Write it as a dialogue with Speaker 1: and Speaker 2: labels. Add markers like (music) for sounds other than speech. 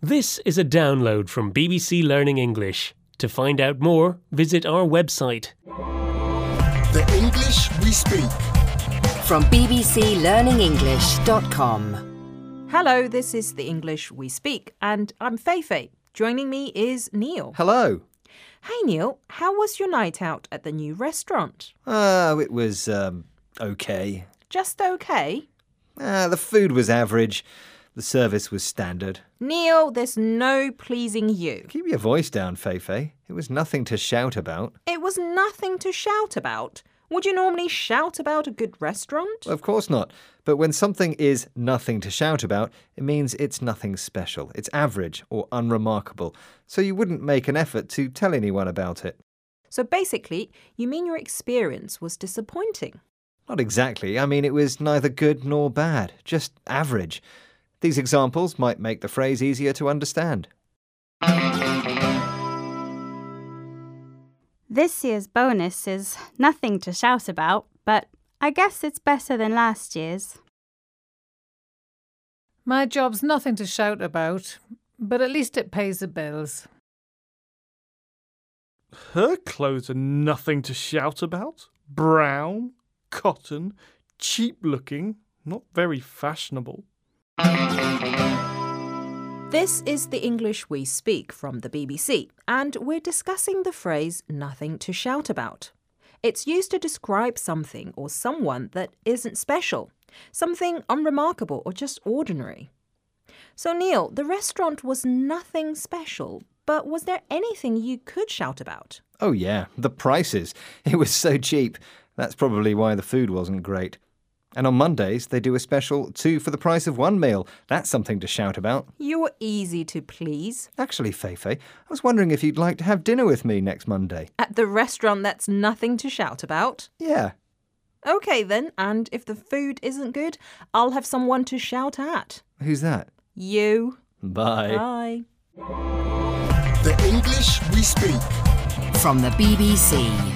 Speaker 1: This is a download from BBC Learning English. To find out more, visit our website.
Speaker 2: The English we speak.
Speaker 3: from bbclearningenglish.com.
Speaker 4: Hello, this is the English we speak, and I'm Feifei. Joining me is Neil.
Speaker 5: Hello.
Speaker 4: Hey, Neil, how was your night out at the new restaurant?
Speaker 5: Oh, it was um, okay.
Speaker 4: Just okay.
Speaker 5: Ah, the food was average. The service was standard.
Speaker 4: Neil, there's no pleasing you.
Speaker 5: Keep your voice down, Feifei. It was nothing to shout about.
Speaker 4: It was nothing to shout about. Would you normally shout about a good restaurant?
Speaker 5: Of course not. But when something is nothing to shout about, it means it's nothing special. It's average or unremarkable. So you wouldn't make an effort to tell anyone about it.
Speaker 4: So basically, you mean your experience was disappointing.
Speaker 5: Not exactly. I mean, it was neither good nor bad, just average. These examples might make the phrase easier to understand.
Speaker 6: This year's bonus is nothing to shout about, but I guess it's better than last year's.
Speaker 7: My job's nothing to shout about, but at least it pays the bills.
Speaker 8: Her clothes are nothing to shout about. Brown, cotton, cheap looking, not very fashionable.
Speaker 4: This is the English we speak from the BBC, and we're discussing the phrase nothing to shout about. It's used to describe something or someone that isn't special, something unremarkable or just ordinary. So, Neil, the restaurant was nothing special, but was there anything you could shout about?
Speaker 5: Oh, yeah, the prices. (laughs) It was so cheap. That's probably why the food wasn't great. And on Mondays, they do a special two for the price of one meal. That's something to shout about.
Speaker 4: You were easy to please.
Speaker 5: Actually, Feifei, I was wondering if you'd like to have dinner with me next Monday.
Speaker 4: At the restaurant, that's nothing to shout about.
Speaker 5: Yeah,
Speaker 4: Okay, then, and if the food isn't good, I'll have someone to shout at.
Speaker 5: who's that?
Speaker 4: You.
Speaker 5: Bye.
Speaker 4: Bye.
Speaker 2: The English we speak.
Speaker 3: From the BBC.